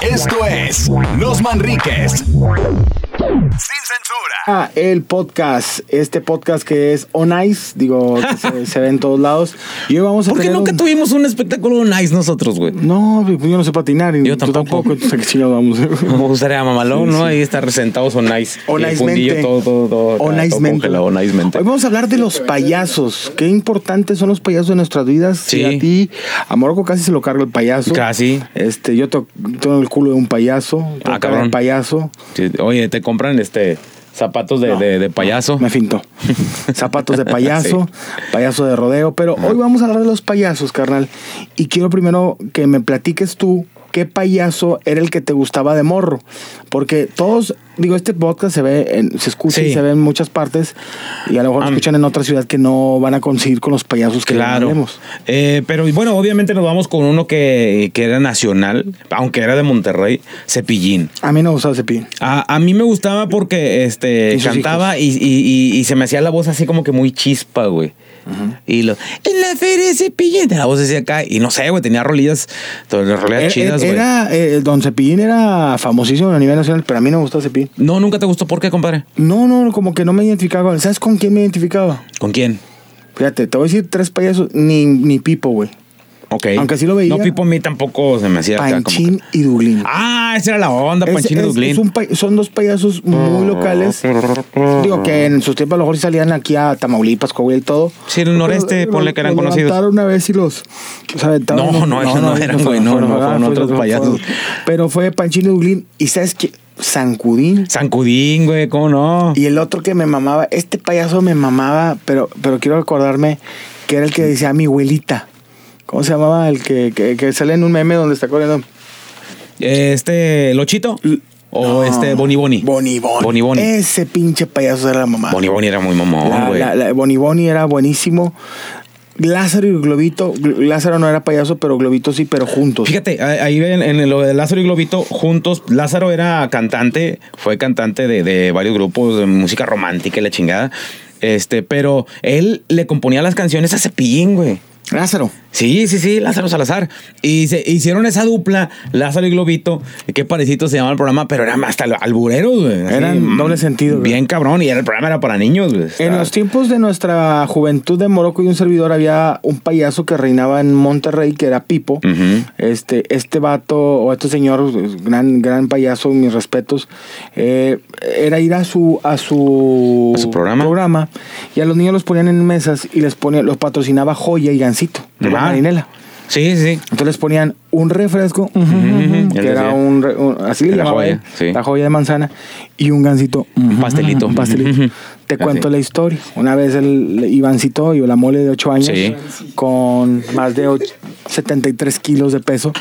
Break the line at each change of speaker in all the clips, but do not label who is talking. Esto es Los Manriques. Sin censura.
Ah, el podcast, este podcast que es On Ice, digo, que se, se ve en todos lados. Y hoy vamos a
¿Por qué
tener
nunca
un-
tuvimos un espectáculo nice nosotros, güey?
No, pues yo no sé patinar. y
Yo
tú
tampoco.
entonces, ¿a qué chingados vamos?
Me gustaría mamalón, ¿no? Ahí estar sentados on ice.
On
El
Ice
fundillo
Mente.
todo, todo, todo. acá,
On
todo
Ice Mente.
congelado, on ice mente.
Hoy vamos a hablar de los payasos. Qué importantes son los payasos en nuestras vidas.
Sí.
Si a ti, a Morocco casi se lo carga el payaso.
Casi. Ah,
Este, yo to- tengo el culo de un payaso. tocar
cabrón.
El payaso.
Sí, Oye, te compran este zapatos de,
No,
de- de payaso.
Me fintó. Zapatos de payaso, payaso de rodeo. Pero hoy vamos a hablar de los payasos, carnal. Y quiero primero que me platiques tú qué payaso era el que te gustaba de morro. Porque todos, digo, este podcast se ve, en- se escucha
Sí.
y se ve en muchas partes. Y a lo mejor lo
Am.
escuchan en otra ciudad que no van a conseguir con los payasos que
Claro.
tenemos.
Eh, pero bueno, obviamente nos vamos con uno que, que era nacional, aunque era de Monterrey, Cepillín.
A mí no me gustaba ese pi.
A, a mí me gustaba porque este
Y sus
cantaba y, y- y- y se me hacía la voz así como que muy chispa, güey. Y lo, en la feria se La voz decía acá. Y no sé, güey, tenía rolillas, rolillas
Era,
chidas, güey.
Er, era, eh, don Cepillín era famosísimo a nivel nacional, pero a mí no me gustaba Cepillín.
No, nunca te gustó. ¿Por qué, compadre?
No, no, como que no me identificaba. con él. ¿Sabes con quién me identificaba?
¿Con quién?
Fíjate, te voy a decir tres payasos, ni, ni Pipo, güey.
Ok.
Aunque sí lo veía.
No, Pipo a mí tampoco se me hacía acá como que-
Panchín y Dublín.
Ah, esa era la onda,
Es-
Panchín y
es-
Dublín.
es un pa- son dos payasos muy locales. Digo que en sus tiempos a lo mejor sí salían aquí a Tamaulipas, Coahuila y todo.
Sí, en el noreste,
Pero,
ponle que eran
los
conocidos.
levantaron una vez y los. los aventaron.
No, no, esos no eran, güey, no, no, fueron
fue-
otros
fue-
payasos.
Pero fue Panchín y Dublín. ¿Y sabes qué? Sancudín.
Sancudín, güey, ¿cómo no?
Y el otro que me mamaba, este payaso me mamaba, pero, pero quiero acordarme que era el que decía mi abuelita. ¿Cómo se llamaba? El que, que, que sale en un meme donde está corriendo.
Este, Lochito. O
No.
este, Boni Boni.
Boni Boni.
Boni Boni.
Ese pinche payaso era la mamá.
Boni Boni era muy
La-
mamón, güey.
la- la- Boni Boni era buenísimo. Lázaro y Globito. Gl- Lázaro no era payaso, pero Globito sí, pero juntos.
Fíjate, a- ahí ven en lo de Lázaro y Globito juntos. Lázaro era cantante, fue cantante de, de varios grupos de música romántica y la chingada. Este, pero él le componía las canciones a Cepillín, güey.
Lázaro.
Sí, sí, sí, Lázaro Salazar. Y se hicieron esa dupla, Lázaro y Globito, que parecido se llamaba el programa, pero eran hasta albureros, güey. Así, mm,
Eran doble sentido, güey.
Bien cabrón, y era- el programa era para niños, güey.
En
Estaba-
los tiempos de nuestra juventud de Morocco y un servidor había un payaso que reinaba en Monterrey que era Pipo.
Ujú.
Este este vato o este señor es gran gran payaso, mis respetos, eh, era ir a su a su,
¿A su programa?
y a los niños los ponían en mesas y les ponía los patrocinaba Joya y Gancito, de la
Ajá.
Marinela.
Sí, sí.
Entonces les ponían un refresco, ujú, ujú,
él
que era
decía.
un, re- un- así le
La
llamaba
joya,
él,
sí.
la joya de manzana, y un gancito, ujú,
pastelito.
un pastelito.
Ujú.
Te
Así.
cuento la historia. Una vez el Ivancito, yo la mole de 8 años,
Sí.
con más de och- 73 kilos de peso,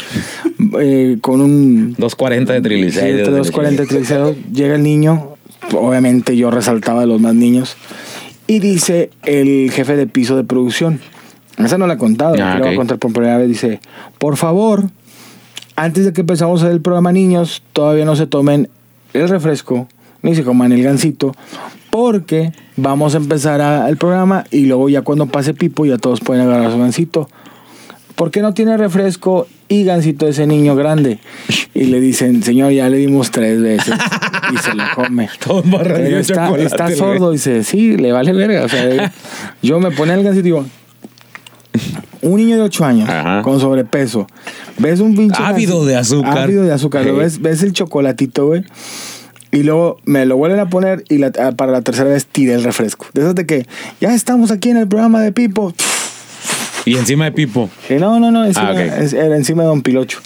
eh, con un
240 de triglicéridos. de la
240 triglicéridos, llega el niño, obviamente yo resaltaba de los más niños, y dice el jefe de piso de producción, esa no la he contado,
Ah,
pero la voy
ok.
a contar por primera vez, dice, por favor, antes de que empezamos el programa niños, todavía no se tomen el refresco, ni se coman el gansito, porque vamos a empezar a- el programa y luego ya cuando pase Pipo ya todos pueden agarrar su gansito. ¿Por qué no tiene refresco y gansito ese niño grande? Y le dicen, señor, ya le dimos tres veces y se lo come.
Todo embarrado
Pero
de
está,
chocolate,
está
güey.
sordo, dice, sí, le vale verga. O sea, yo me ponía el gansito y digo, un niño de 8 años
Ajá.
con sobrepeso, ves un pinche.
Ávido
gansito-
de azúcar.
Ávido de azúcar. Lo
Sí.
ves, ves el chocolatito, güey. Y luego me lo vuelven a poner y la- ah, para la tercera vez tiré el refresco. De esas de que ya estamos aquí en el programa de Pipo.
Y encima de Pipo.
Sí, no, no, no, encima-
Ah, ok.
es- era encima de Don Pilocho.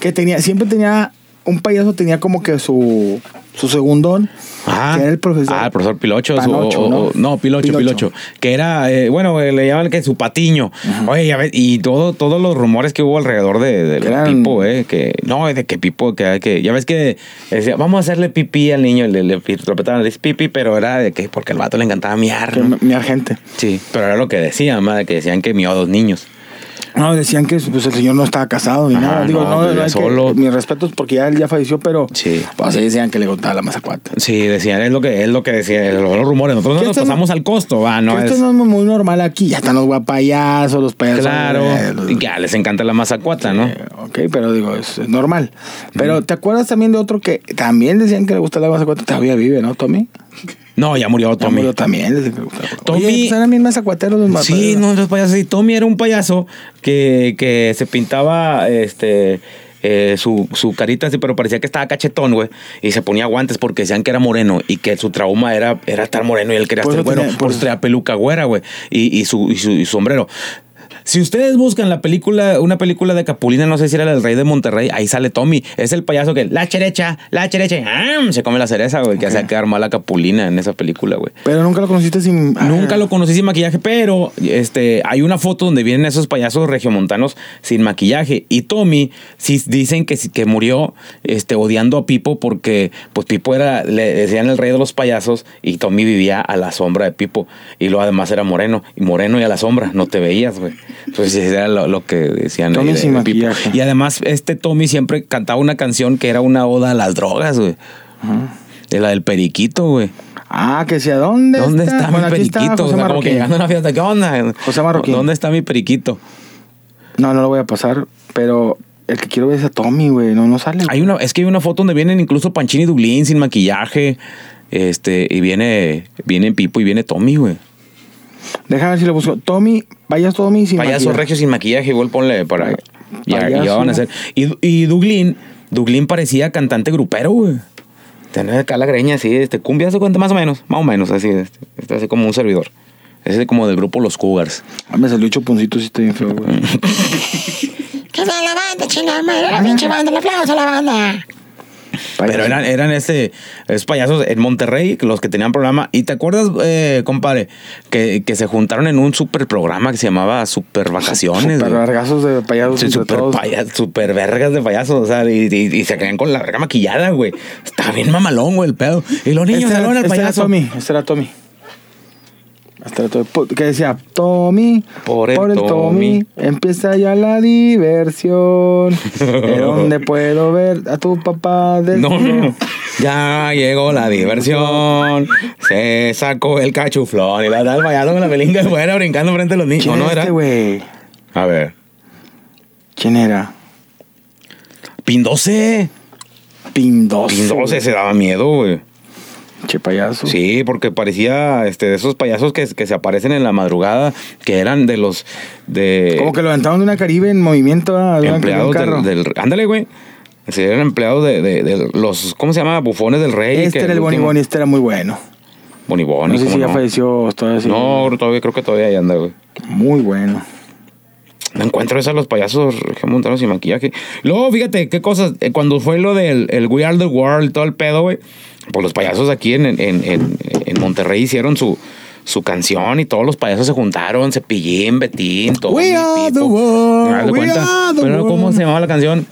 Que tenía, siempre tenía, un payaso tenía como que su, su segundón,
Ah,
que era el profesor.
Ah, el profesor Pilocho. su-
Panocho,
o- o-
¿no?
o- no, Pilocho, Pilocho,
Pilocho.
Que era, eh, bueno, eh, le llamaban que su patiño. Oye, ya ves, y todo, todos los rumores que hubo alrededor de, de
Que eran-
Pipo, ¿eh? Que, no, de que Pipo, que, que ya ves que decía, vamos a hacerle pipí al niño, le, le trompetaban, le dice pipí, pero era de que, porque al vato le encantaba miar.
Que
¿no?
mi mi argente.
Sí, pero era lo que decían, madre, que decían que mió a dos niños.
No, decían que pues, el señor no estaba casado ni
Ajá,
nada. Digo,
no,
no,
vivía
no, hay que-
solo.
mis respetos porque ya él ya falleció, pero
Sí.
pues sí decían que le gustaba la mazacuata.
Sí, decían, es lo que es lo que decía, los los rumores. Nosotros
Que
no nos
esto no-
pasamos al costo, va, no
Que
es.
esto no es muy normal aquí, ya están los guapayazos, los payasos.
claro.
eh, los-
Y ya les encanta la mazacuata, ¿no?
eh, ok, pero digo, es, es normal. Pero ¿te acuerdas también de otro que también decían que le gustaba la mazacuata? Todavía vive, ¿no, Tommy?
No, ya murió
Ya
Tommy.
murió también decían que le gustaba.
Tommy-
Oye, pues eran bien mazacuateros los
Sí,
mapaderos.
no, los payasos. Y Tommy era un payaso que, que se pintaba este eh, su, su carita así, pero parecía que estaba cachetón, güey. Y se ponía guantes porque decían que era moreno y que su trauma era, era estar moreno y él quería
Por
ser
eso
güero.
tenía- por
por
eso-
eso traía peluca güera, güey. Y, y su, y su- y su sombrero. Si ustedes buscan la película, una película de Capulina, no sé si era el rey de Monterrey, ahí sale Tommy. Es el payaso que, la cherecha, la cherecha, ¡am! se come la cereza, güey, que
Ok.
hace quedar mal a Capulina en esa película, güey.
Pero nunca lo conociste sin. ah,
Nunca lo conocí sin maquillaje, pero este, hay una foto donde vienen esos payasos regiomontanos sin maquillaje. Y Tommy sí, dicen que, sí- que murió este, odiando a Pipo porque pues, Pipo era, le decían el rey de los payasos y Tommy vivía a la sombra de Pipo. Y luego además era moreno. Y moreno y a la sombra, no te veías, güey. Entonces era lo, lo que decían.
Tommy
ahí de-
sin
de Pipo.
maquillaje.
Y además este Tommy siempre cantaba una canción que era una oda a las drogas, güey. De la del periquito, güey.
Ah, que sea, ¿dónde,
¿Dónde está, mi
aquí está
periquito?
José
O sea, como que
Marroquín.
llegando a una fiesta, ¿qué onda?
José Marroquín. Mm.
¿Dónde está mi periquito?
No, no lo voy a pasar, pero el que quiero ver es a Tommy, güey. No, no sale.
Hay una, es que hay una foto donde vienen incluso Panchini y Dublín sin maquillaje. Este, y viene, viene Pipo y viene Tommy, güey.
Déjame ver si lo busco. Tommy, vayas Tommy sin
Payaso
maquillaje.
regio sin maquillaje, igual ponle para.
Pa-
Ya,
payaso.
ya van a hacer. Y, y Dublín, Dublín parecía cantante grupero, güey. Tener acá la greña así, este, cumbia se cuenta más o menos, más o menos, así, este, este, así como un servidor. Ese como del grupo Los Cougars.
Ah, me salió chuponcito si estoy bien feo, güey.
Que sea la banda, chingada madre, la pinche banda, el aplauso a la banda.
Pero eran, eran este, esos payasos en Monterrey, los que tenían programa. ¿Y te acuerdas, eh, compadre, que, que se juntaron en un super programa que se llamaba Super Vacaciones?
Super
güey?
largazos de payasos
Sí,
entre
super,
todos.
paya- super vergas de payasos, o sea, y, y- y se creían con la verga maquillada, güey. Está bien mamalón, güey, el pedo. Y los niños
este,
se
era,
al
este era
payaso.
Tommy, este era Tommy. Este era Tommy. Pu- Que decía, Tommy,
Por el Tommy.
empieza ya la diversión. ¿De dónde puedo ver a tu papá? Del
No, no. Ya llegó la diversión. Se sacó el cachuflón y la da el payaso con la melinga de fuera brincando frente a los niños.
¿Quién
No, no
era
era.
este, güey?
A ver.
¿Quién era?
Pindose.
Pindoso.
Pindose se daba miedo, güey.
Che payaso.
Sí, porque parecía este, de esos payasos que, que se aparecen en la madrugada, que eran de los de
Como que lo aventaron de una Caribe en movimiento a de una- de un
empleados
carro.
del, del- Ándale, güey. Sí, eran empleados de, de- de los, ¿cómo se llama? Bufones del rey.
este
que
era el Bonnie
último-
Bonnie, este era muy bueno.
Boniboni,
No sé
¿cómo
si ya
no?
falleció todavía. sí.
No, todavía creo que todavía ahí anda, güey.
Muy bueno.
No encuentro eso a los payasos que montaron sin maquillaje. Luego, fíjate, qué cosas. eh, Cuando fue lo del el We Are the World, todo el pedo, güey. Pues los payasos aquí en, en- en- en- en Monterrey hicieron su, su canción y todos los payasos se juntaron. Cepillín, Betín, todo.
We are the world, we are the
Pero ¿cómo
world.
se llamaba la canción?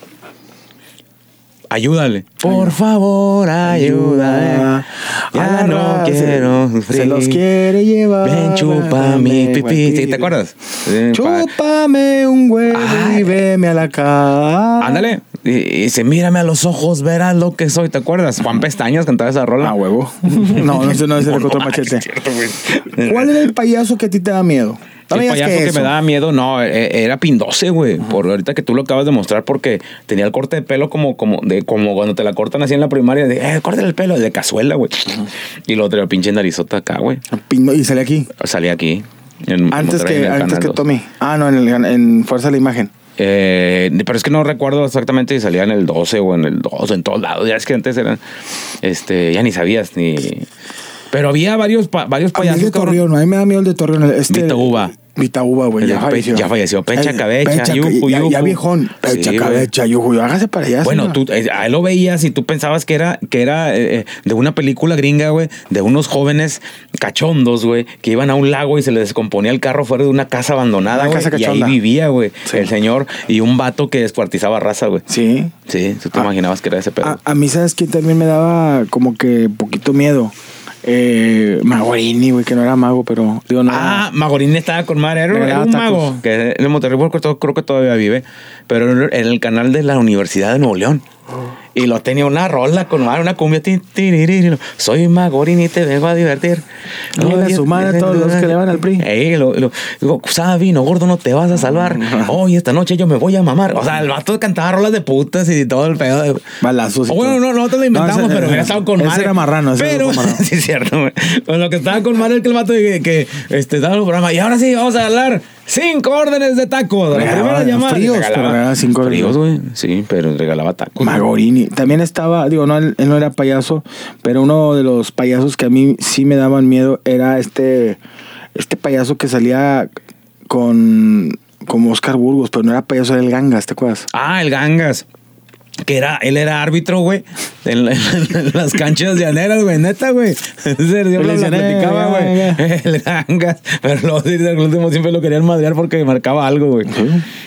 Ayúdale. Por favor, ayúdale. Ya
A la
no
raza,
quiero
Se
sufrir.
los quiere llevar.
Ven, chupa mi pipí. ¿Sí, ¿Te acuerdas? Ven, pa-
Chúpame un huevo y
Ay.
veme a la cara.
Ándale. Y, y dice, mírame a los ojos, verás lo que soy. ¿Te acuerdas? Juan Pestañas cantaba esa rola.
Ah, huevo. No, no, ese no es el otro machete. ¿Cuál era el payaso que a ti te da miedo? No me
el
digas
payaso que,
eso.
me daba miedo, no, e- era Pindose, güey. Por ahorita que tú lo acabas de mostrar, porque tenía el corte de pelo como, como, de, como cuando te la cortan así en la primaria, de, eh, córtale el pelo, de cazuela, güey. Y lo otro, pinche narizota acá, güey.
Pin- Y sale aquí.
Salía aquí. en
Antes
Mm, Monterrey, en
que,
el
antes
Canal
que
2.
Tommy. Ah, no, en, el- en Fuerza de la Imagen.
Eh, pero es que no recuerdo exactamente si salía en el 12 o en el 2, en todos lados. Ya es que antes eran. Este, ya ni sabías ni. Pero había varios, pa- varios
A mí el
payasos.
de
cabrón.
Torreón, a mí me da miedo el de Torreón. el- Este,
Vita Uva.
Vita Uva, güey.
El
Ya
de Pe-
falleció.
ya falleció. Pecha
El-
Cabecha,
Pecha,
Yuju,
ya, ya
Yuju.
viejón. Pecha
Sí,
Cabecha, Yuju. Hágase para allá.
Bueno,
señor.
tú eh, a él lo veías y tú pensabas que era, que era eh, eh, de una película gringa, güey, de unos jóvenes cachondos, güey, que iban a un lago y se les descomponía el carro fuera de una casa abandonada,
Una
güey,
casa
y ahí
cachonda.
vivía, güey,
Sí.
el señor y un vato que descuartizaba raza, güey.
Sí.
Sí, tú te
Ah.
imaginabas que era ese pedo.
A, a mí, ¿sabes quién también me daba como que poquito miedo? eh, Magorini, güey, que no era mago, pero digo, no.
Ah, Magorín estaba con madre. Era,
Le
era
daba
un
tacos.
mago. Que en el Monterrey World Cup, creo que todavía vive. Pero en el canal de la Universidad de Nuevo León. Y lo tenía una rola con madre, una cumbia. tin, tiririri. Soy Magorín y te vengo a divertir.
Mira su madre a todos los que le van al PRI.
Ey, lo- lo- digo, Sabino, gordo, no te vas a salvar. Hoy, esta noche yo me voy a mamar. O sea, el vato cantaba rolas de putas y todo el pedo. de-
Balazos. y
O bueno,
todo.
no, nosotros lo inventamos,
No, ese-
pero hubiera estado con
ese
madre.
era marrano, ese era
pero,
grupo marrano.
sí, es cierto, güey. Con lo que estaba con madre es que el vato que, que este, daba los programas. Y ahora sí, vamos a hablar cinco órdenes de taco. La
Regalaba
primera
los
llamada.
fríos,
Regalaba
pero regalaba cinco órdenes.
fríos, güey. Sí, pero regalaba tacos.
Magorini. También estaba, digo, no, él él no era payaso, pero uno de los payasos que a mí sí me daban miedo era este, este payaso que salía con, con Oscar Burgos, pero no era payaso, era el Gangas, ¿te acuerdas?
Ah, el Gangas. Que era, él era árbitro, güey, en, la- en las canchas llaneras, güey, neta, güey. Sergio
Él
lo
decía,
platicaba,
"Eh,
güey. El gangas. Pero luego, sí, al último siempre lo querían madrear porque marcaba algo, güey.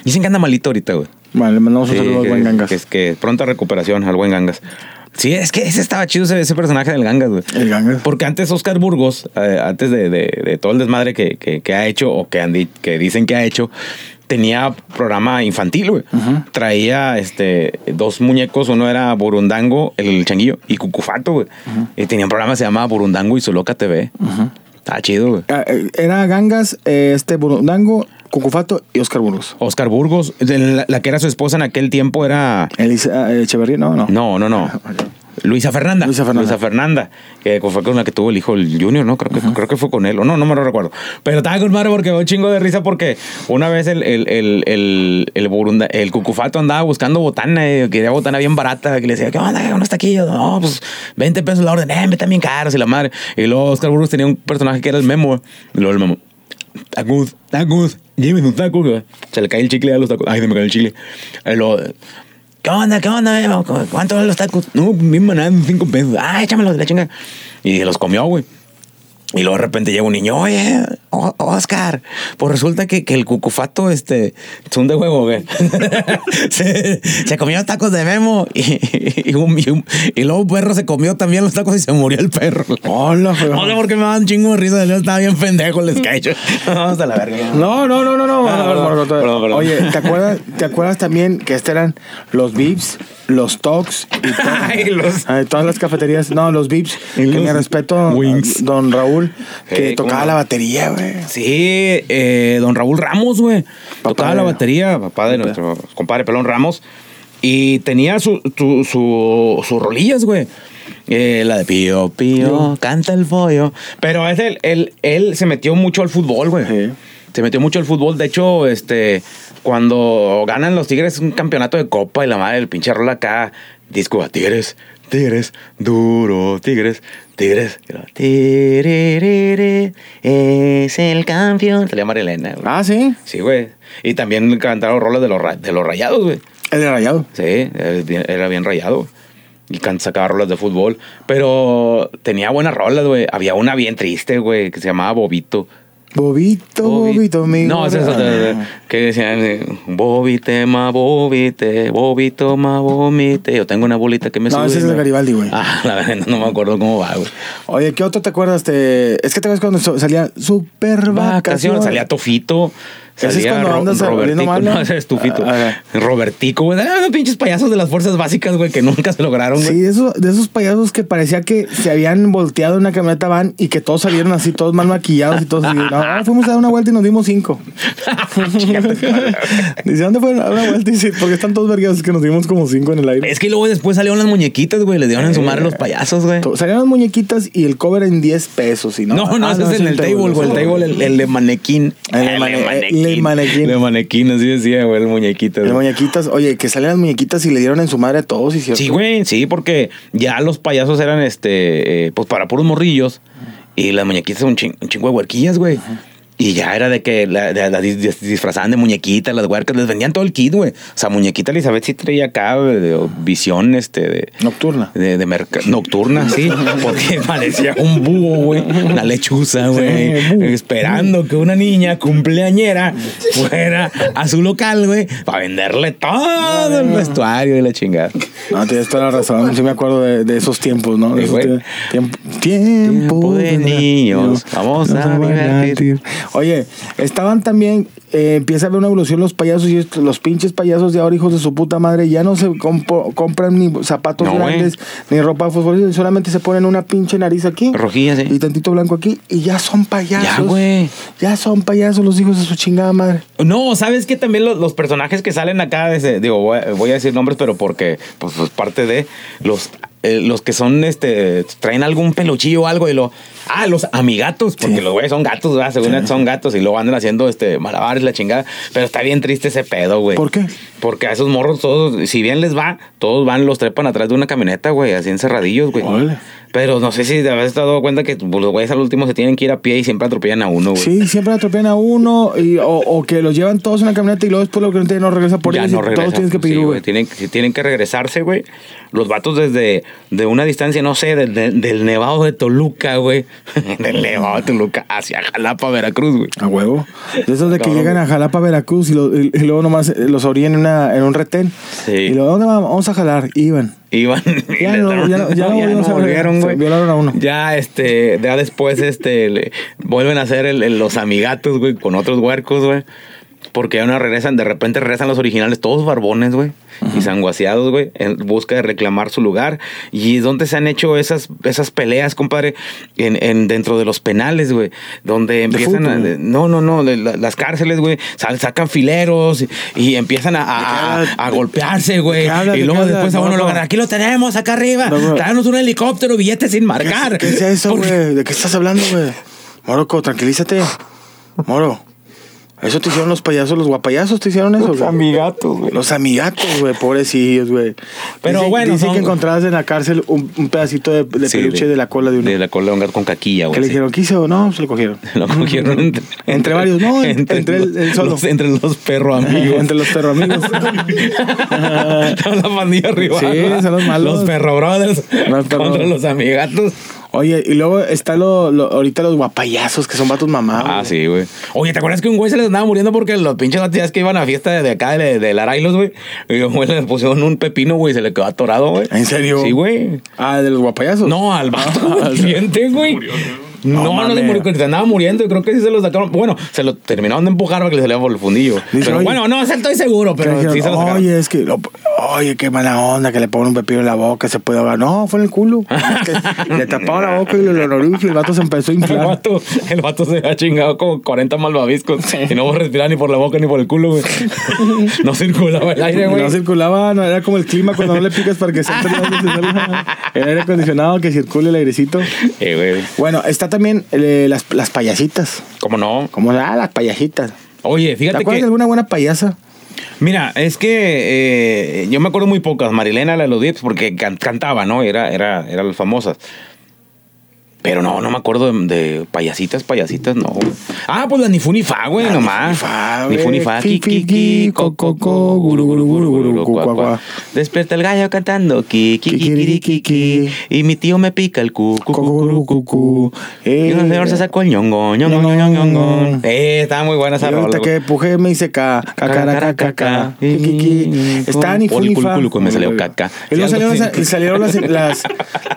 Dicen que anda malito ahorita, güey.
Vale, le mandamos un
Sí,
saludo al
que-
buen Gangas.
Que, es que pronta recuperación al buen Gangas. Sí, es que ese estaba chido, ese, ese personaje del Gangas, güey.
El Gangas.
Porque antes Oscar Burgos, eh, antes de, de- de todo el desmadre que, que- que ha hecho o que, han di- que dicen que ha hecho, tenía programa infantil, güey. Traía este, dos muñecos, uno era Burundango, el changuillo, y Cucufato, güey. Y tenía un programa que se llamaba Burundango y su loca TV. Estaba chido, güey.
Ah, eh, Era Gangas, eh, este Burundango, Cucufato y Oscar Burgos.
Oscar Burgos, de la, la que era su esposa en aquel tiempo era...
Elisa eh, Echeverría, no, no.
No, no, no. Luisa Fernanda.
Luisa Fernanda.
Fernanda, que fue con la que tuvo el hijo el Junior, ¿no? Creo que, creo que fue con él, o no, no me lo recuerdo. Pero estaba con madre porque me dio un chingo de risa porque una vez el, el, el, el, el, burunda- el cucufato andaba buscando botana, eh, quería botana bien barata, que le decía, ¿qué onda? ¿Qué onda está aquí? Yo, no, pues 20 pesos la orden, eh, me también caro, y la madre. Y luego Oscar Burgos tenía un personaje que era el Memo, eh, y luego el Memo. Tacos, tacos, lléveme un taco. güey. Se le cae el chicle a los tacos. Ay, se me cayó el chicle. Y luego, ¿Qué onda? ¿Qué onda? eh? ¿Cu- ¿Cuánto valen los tacos? No, bien manada, cinco pesos. Ah, échamelos de la chinga. Y se los comió, güey. Y luego de repente llega un niño, oye, O- Oscar, pues resulta que, que el cucufato, este, es un de huevo, güey. se, se comió tacos de Memo y, y un- y un- y luego un perro se comió también los tacos y se murió el perro.
Hola, feo.
No sé por qué me daban chingo de risa, yo estaba bien pendejo, les cacho. Vamos a la verga.
No, no, no, no, no.
Ah, perdón,
Marco, todavía.
perdón, perdón.
Oye, ¿te acuerdas, ¿te acuerdas también que este eran los VIPs, los Tox y to-
Ay, los-
Ay, todas las cafeterías? No, los VIPs.
Y
Que
los
mi respeto,
Wings.
a don Raúl, que
Eh, ¿cómo
tocaba
no?
la batería, güey.
Sí, eh, don Raúl Ramos, güey.
Papá
Tocaba
de- pues.
la batería, papá de nuestro compadre Pelón Ramos. Y tenía sus su, su- sus rolillas, güey. Eh, la de Pío, Pío, canta el pollo. Pero es el, el- él se metió mucho al fútbol, güey.
Sí.
Se metió mucho al fútbol. De hecho, este, cuando ganan los Tigres un campeonato de copa y la madre del pinche rola acá, disco a Tigres, Tigres, duro, Tigres, Tigres. y luego, "Tiririri, es el campeón. Salía María Elena, güey.
Ah, sí.
Sí, güey. Y también cantaron rolas de los, ra- de los rayados, güey.
El de rayado.
Sí, era bien, era bien rayado. Y can- sacaba rolas de fútbol. Pero tenía buenas rolas, güey. Había una bien triste, güey, que se llamaba Bobito.
Bobito, bobito, Ah. amigo.
No, esa es otra. Que decían, eh, Bobite, ma bobite, bobito, ma vomite. Yo tengo una bolita que me
No,
sube
ese
y
es
me-
de Garibaldi, güey.
Ah, la verdad, no me acuerdo cómo va, güey.
Oye, ¿qué otro te acuerdas? Te... Es que te acuerdas cuando so- salía Super Vacaciones.
vacaciones. Salía Tofito.
Ese es
salía
cuando
Ro-
andas saliendo
Robertico,
mal, ¿no?
no, ese es Tufito.
Ah,
Robertico, güey. Ah, unos pinches payasos de las fuerzas básicas, güey, que nunca se lograron, güey.
Sí, de esos, de esos payasos que parecía que se habían volteado en una camioneta van y que todos salieron así, todos mal maquillados y todos así. No, ah, fuimos a dar una vuelta y nos dimos cinco. Dice, ¿dónde fueron a dar una vuelta? Y dice, porque están todos vergados, es que nos dimos como cinco en el aire.
Es que luego después salieron las muñequitas, güey. Le dieron en su madre los payasos, güey.
To- Salían las muñequitas y el cover en 10 pesos. Y no,
No, no,
Ah,
ese es en
un
el table, güey. El table, el, el de manequín.
Ah, El de mane- el de manequín.
El de manequín, así decía, güey, el muñequito.
Las
güey.
muñequitas, oye, que salían las muñequitas y le dieron en su madre a todos. Y cierto.
Sí, güey, sí, porque ya los payasos eran, este, eh, pues para puros morrillos. Y las muñequitas son un, chin- un chingo de huerquillas, güey. Y ya era de que la- de- la dis- dis- disfrazaban de muñequita, las huercas, les vendían todo el kit, güey. O sea, muñequita Elizabeth sí traía acá güey, de- o visión este, de,
Nocturna.
de, de merca- nocturna, sí, porque parecía un búho, güey, la lechuza, güey,
Sí, búho.
esperando que una niña cumpleañera fuera a su local, güey, para venderle todo el vestuario y la chingada.
No, tienes toda la razón. Sí me acuerdo de, de esos tiempos, ¿no? De
Sí,
esos
güey.
tie- tiempo, tiempo
de niños. Vamos a divertir.
Oye, estaban también... eh, empieza a haber una evolución los payasos y est- los pinches payasos de ahora, hijos de su puta madre, ya no se compo- compran ni zapatos
No, güey.
grandes, ni ropa fosforescente, solamente se ponen una pinche nariz aquí.
Rojilla, sí.
Y tantito blanco aquí, y ya son payasos.
Ya, güey.
Ya son payasos los hijos de su chingada madre.
No, sabes que también los, los personajes que salen acá, desde- digo, voy, a- voy a decir nombres, pero porque pues, pues, parte de los eh, los que son este traen algún peluchillo o algo y lo ah los amigatos porque los güeyes son gatos ¿verdad? según son gatos y luego andan haciendo este malabares la chingada pero está bien triste ese pedo güey
¿Por qué?
porque a esos morros todos si bien les va todos van los trepan atrás de una camioneta güey así encerradillos güey
Órale.
pero no sé si te habías dado cuenta que pues, los güeyes al último se tienen que ir a pie y siempre atropellan a uno güey
Sí, siempre atropellan a uno y, o, o que los llevan todos en una camioneta y luego después lo que no tiene no regresa por
ya
ellos
no
y
regresan.
todos tienen que pedir
Sí,
Uber.
güey, tienen, si tienen que regresarse, güey. Los vatos desde de una distancia, no sé, del- del- del Nevado de Toluca, güey. del Nevado de Toluca hacia Jalapa, Veracruz, güey.
A huevo. De esos de que
Cabrón,
llegan
güey.
a Jalapa, Veracruz y, lo- y- y luego nomás eh, los orillan en, una, en un retén.
Sí.
Y luego, ¿dónde vamos? Vamos a jalar. Y Iban.
Iban.
Ya no- ya no- ya no volvimos a ver.
volvieron,
Se
güey.
violaron a uno.
Ya, este, ya después, este, le- vuelven a hacer el- el- los amigatos, güey, con otros huercos, güey. Porque ya no regresan, de repente regresan los originales, todos barbones, güey, y sanguaseados, güey, en busca de reclamar su lugar. Y es donde se han hecho esas, esas peleas, compadre, en, en- dentro de los penales, güey, donde empiezan a-
fútbol, güey.
No, no, no, de la- las cárceles, güey, sal- sacan fileros y, y empiezan a, a-
¿De qué
a- a
hablas?
golpearse, güey.
qué hablas?
Y
¿De
luego
qué
después a
hablas?
uno
No,
lo
no.
agarran, Aquí lo tenemos, acá arriba.
No, no.
Traernos un helicóptero, billetes sin marcar.
¿Qué es eso,
Porque-
güey? ¿De qué estás hablando, güey? Moroco, tranquilízate. Moro. Eso te hicieron los payasos, los guapayasos te hicieron eso, güey.
Amigatos, güey.
Los amigatos, güey, pobrecillos, güey.
Pero
Dice-
bueno,
Dicen
son-
que encontrabas en la cárcel un, un pedacito de, de
Sí,
peluche de, la cola de uno.
De la cola de un gato con caquilla,
que
güey.
le
sí.
dijeron, ¿qué hizo? No, se lo cogieron.
Lo cogieron entre,
Entre varios, no, en- entre el-
los-
el solo.
los- entre los perros amigos.
Entre los perro amigos.
Toda la pandilla rival.
Sí,
¿verdad?
son los malos.
Los perro brothers
Los perro-
contra los amigatos.
Oye, y luego está lo, lo- ahorita los guapayazos, que son vatos mamados.
Ah,
güey.
sí, güey. Oye, ¿te acuerdas que un güey se les andaba muriendo porque los pinches latidas que iban a fiesta de acá de, de Larailos, güey? Y un güey le pusieron un pepino, güey, y se le quedó atorado, güey.
¿En serio?
Sí, güey.
Ah, de los guapayazos.
No, al vato,
Ah,
al cliente, güey. No,
No
no, se
mames.
murió, que se andaba muriendo y creo que sí se lo sacaron. Bueno, se lo terminaron de empujar para que le saliera por el fundillo.
Dice,
pero
oye.
bueno, no, estoy seguro,
Que le
pero sí se lo
dijeron,
sacaron.
oye, es que, lo- oye, qué mala onda que le ponen un pepino en la boca, se puede ahogar. No, fue en el culo. Es que le taparon la boca y le honorífico y el vato se empezó a
El
inflar.
vato, el vato se ha chingado como 40 malvaviscos y no respiraba ni por la boca ni por el culo, güey. No circulaba el aire, güey.
No circulaba, no era como el clima cuando no le picas para que se entre el aire, te salga el aire acondicionado, que circule el airecito.
Eh, güey.
Bueno, está también eh, las, las payasitas.
¿Cómo no?
Como ah, las payasitas.
Oye,
¿Te
fíjate
acuerdas
que.
de alguna buena payasa?
Mira, es que eh, yo me acuerdo muy pocas. Marilena, la de los Dips, porque can- cantaba, ¿no? Era, era, era las famosas. Pero no, no me acuerdo de, de payasitas, payasitas, no. Ah, pues la Nifunifá, güey, nomás.
Nifunifa, güey.
Nifunifá,
Fi, fi, fi,
kiki,
co, co, co,
coco,
guru,
guru,
guru, guru,
guru, guru,
guru, cu, cua, cua.
Despierta el gallo cantando, kiki,
Kikiriki,
kiki, kiki. Y mi tío me pica el cu, cu, cu, cu, cu, cu.
Eh.
Y el señor se sacó el ñongo, ñongo,
Ñongo.
ñongo, ñongo. Eh, estaba muy buena esa
Y ahorita
rola,
que
güey.
puje me hice ca, cacara, caca, caca, kikiki. Está ni fu ni fa.
Policulcúlico, me salió caca.
Y luego
Sí, algo
salieron, las,
así.
y salieron las, las,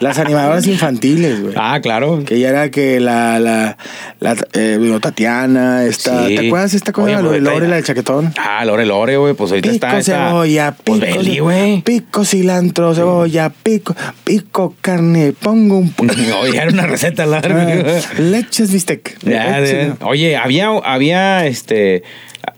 las animadoras infantiles, güey.
Ah, claro.
Que ya era que la, la, la eh, digo, Tatiana, esta,
Sí.
¿te acuerdas esta cosa?
Oye,
la de
pues,
Lore,
ahorita-
la de chaquetón.
Ah, Lore Lore, güey. Pues ahorita
Pico
está. está-
cebolla, pico,
Pues Beli, güey.
pico cilantro, cebolla, pico, pico carne, pongo un... po-
No, ya era una receta, la
Ah,
verdad.
leches bistec.
Ya,
Leches,
de-
no.
Oye, había, había este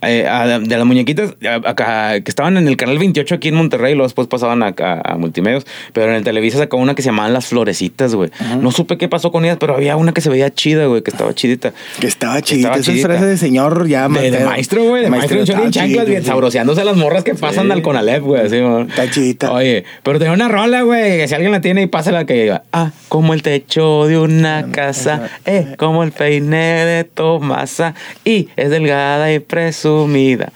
eh, a- de las muñequitas a- acá, que estaban en el canal 28 aquí en Monterrey, y luego después pasaban acá a Multimedios, pero en el Televisa sacó una que se llamaban Las Florecitas, güey. No supe qué pasó con ellas, pero había una que se veía chida, güey, que estaba chidita.
Que estaba chidita.
Estaba
Esa es
chidita.
frase de señor ya.
De, de
mateo.
maestro, güey, de maestro, en short y en
estaba
chanclas,
chidita,
bien
sí.
sabroseándose a las morras que pasan al Conalep, güey, así, güey.
Está chidita.
Oye, pero tenía una rola, güey, que si alguien la tiene y pásala que diga, ah, como el techo de una casa, eh, como el peine de Tomasa, y es delgada y presumida.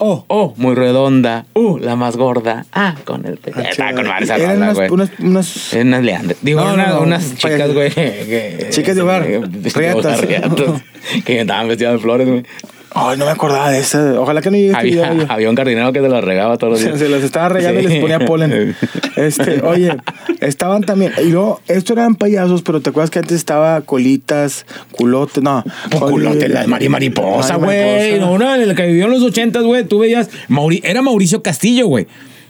Oh, oh, muy redonda, uh, la más gorda, ah, con el pecho.
Ah,
Está
chida.
con madre esa
Eran
rola,
unas-
güey.
unas- unas-
Eran unas leandres. Digo,
No,
una-
no, no,
unas chicas,
payaso.
güey. que-
Chicas de hogar,
que-
riatas.
riatas, Que estaban vestidas de flores, güey.
Ay, no me acordaba de esa. Ojalá que no llegue este
Había,
video. yo.
había un jardinero que se las regaba todos los
Se,
días.
se los estaba regando y
Sí.
les ponía polen. Este, oye, estaban también. Y luego, estos eran payasos, pero te acuerdas que antes estaba colitas, culote, no.
Pues, culote, la de Mari Mariposa,
Mari
güey.
Mariposa.
No, no, el que vivió en los ochentas, güey. Tú veías. Mauri- era Mauricio Castillo, güey.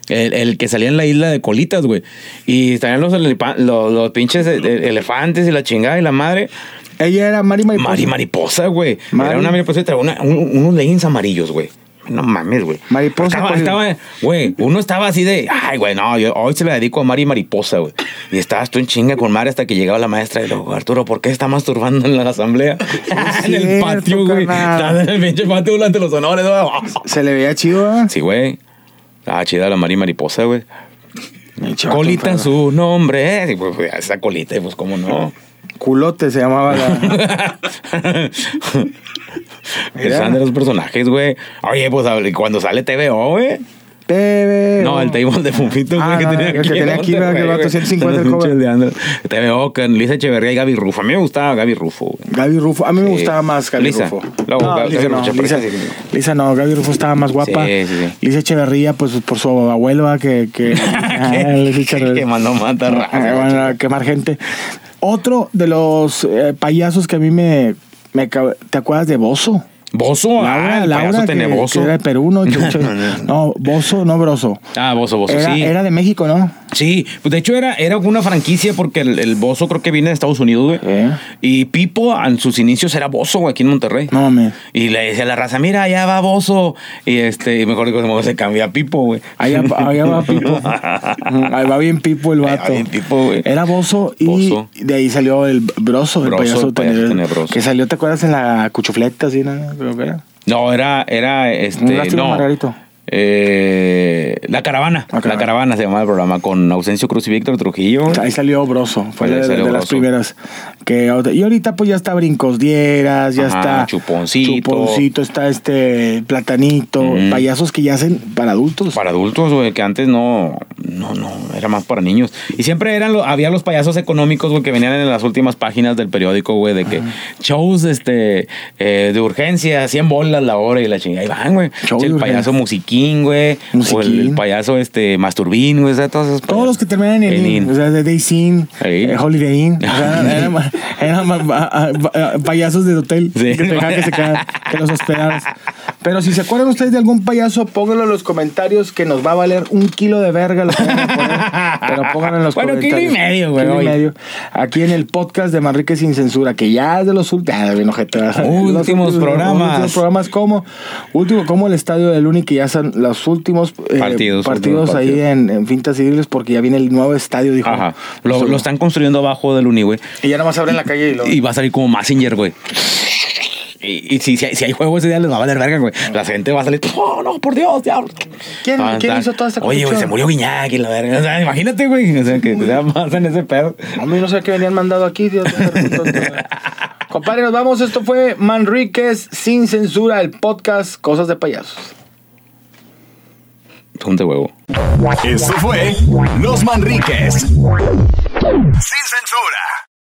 El, el que salía en la isla de Colitas, güey. Y estaban los, elepa- los, los pinches eh, eh, elefantes y la chingada y la madre.
Ella era Mari Mariposa.
Mari mariposa, güey.
Mari-
Era una mariposa y traía una- un- unos leggings amarillos, güey. No mames, güey.
Mariposa,
Estaba,
pues.
estaba- güey, uno estaba así de, ay, güey, no, yo hoy se la dedico a Mari Mariposa, güey. Y estabas tú en chinga con Mari hasta que llegaba la maestra y luego, Arturo, ¿por qué está masturbando en la asamblea? en el
cierto,
patio, güey.
carnal.
Estaba en el pinche patio durante los honores, güey.
Se le veía chido, ¿verdad?
Sí, güey. Ah, chida la Mari Mariposa, güey.
Mi chaval,
Colita
compadre.
su nombre, eh. Y, pues, güey, Esa colita, y, pues, cómo no.
Culote se llamaba la.
Eran de los personajes, güey. Oye, pues a ver, cuando sale TVO, güey.
Bebe.
No, el table de Fumito, güey,
Ah,
que
no,
tenía
el
aquí.
que tenía
¿no?
aquí, ¿verdad? Que
Güey,
el vato
güey.
150 el
Los pinches
cover.
de Andra- TVO con Lisa Echeverría y Gaby Rufo. A mí me gustaba Gaby Rufo, güey.
Gaby Rufo. A mí me
Sí.
gustaba más Gaby
Lisa.
Rufo.
Luego,
no,
Gaby
Lisa, no,
Rufo,
Lisa,
Chaparrita, sí.
Lisa no, Gaby Rufo estaba más guapa.
Sí, sí, sí.
Lisa Echeverría, pues por su abuela que. que Ah, Lisa Echeverría.
Que mandó matar
Ah,
raza.
bueno, a quemar gente. Otro de los eh, payasos que a mí me, me ca- ¿Te acuerdas de Bozo?
Bozo, ah, el payaso
que,
teneboso.
que era de Perú, ¿no? Que mucho- no, Bozo, no Broso.
Ah, Bozo, Bozo,
era,
sí.
era de México, ¿no?
Sí, pues de hecho era, era una franquicia porque el, el Bozo creo que viene de Estados Unidos, güey.
Sí.
Y Pipo en sus inicios era Bozo, güey, aquí en Monterrey.
No, mames.
Y le decía a la raza, mira, allá va Bozo. Y este, y mejor digo, como se cambia a Pipo, güey.
Allá, allá va Pipo. Ujú, Ahí va bien Pipo el
Ahí va
vato.
bien Pipo, güey.
Era Bozo y
Bozo.
de ahí salió el Broso, el
Broso,
payaso,
el payaso
tenebroso.
tenebroso.
Que salió, ¿te acuerdas? En la cuchufleta, así, ¿no? Creo que era.
No, era, era
Un
este.
lástima,
No.
Margarito.
Eh, la caravana.
La
La
Caravana.
caravana. se llamaba el programa con Ausencio Cruz y Víctor Trujillo. güey.
Ahí salió Broso, fue
Ahí
de,
salió
de las
Broso.
primeras. Que, ahorita- y ahorita pues ya está Brincos Dieras, ya
Ajá,
está
Chuponcito.
Chuponcito, está este Platanito,
Ujú.
payasos que ya hacen para adultos.
Para adultos, güey, que antes no, no, no, era más para niños. Y siempre eran, lo- había los payasos económicos, güey, que venían en las últimas páginas del periódico, güey, de que shows, este, eh, de urgencia, 100 bolas la hora y la chingada. Ahí van, güey.
Show de
El
urgencia.
payaso musiquín, güey. O el,
Musiquín.
el payaso, este, masturbín, güey, o sea, todos esos
Todos los que terminan en
Pues, En
el
in.
o sea, de Days Inn,
Ahí.
eh, Holiday Inn, o sea, eran, eran- eran pa- pa- pa- payasos de hotel
Sí.
que, te dejaban que se quedaran, que los hospedaron. Pero si se acuerdan ustedes de algún payaso, pónganlo en los comentarios que nos va a valer un kilo de verga. Lo que van a poner, pero pónganlo en los
Bueno,
comentarios.
kilo y medio, güey,
Kilo y
oye.
medio. Aquí en el podcast de Manrique Sin Censura, que ya es de los últimos. Ah, bien ojete, ¿verdad?
Últimos
Los
programas.
últimos programas como. Último, como el estadio del Uni, que ya son los últimos eh,
Partidos,
partidos
últimos
ahí
partidos.
en, en Fintas Civiles porque ya viene el nuevo estadio, dijo.
Ajá. Lo, lo están construyendo abajo del Uni, güey.
Y ya nomás abren la calle y lo.
Y va a salir como Messenger, güey. Y, y si, si, hay- si hay juego ese día, les va a valer verga, güey. La gente va a salir, oh, no, por Dios, diablo.
¿Quién-
Van a
quién
estar,
hizo toda esta
Oye, güey,
corrupción?
se murió Guiñac y la verga. O sea, imagínate, güey. O sea, que te sea más en ese pedo.
A mí no sé qué venían mandado aquí, Dios mío. Compadre, nos vamos. Esto fue Manríquez sin censura, el podcast Cosas de Payasos.
Ponte huevo.
Esto fue Los Manriques. Sin censura.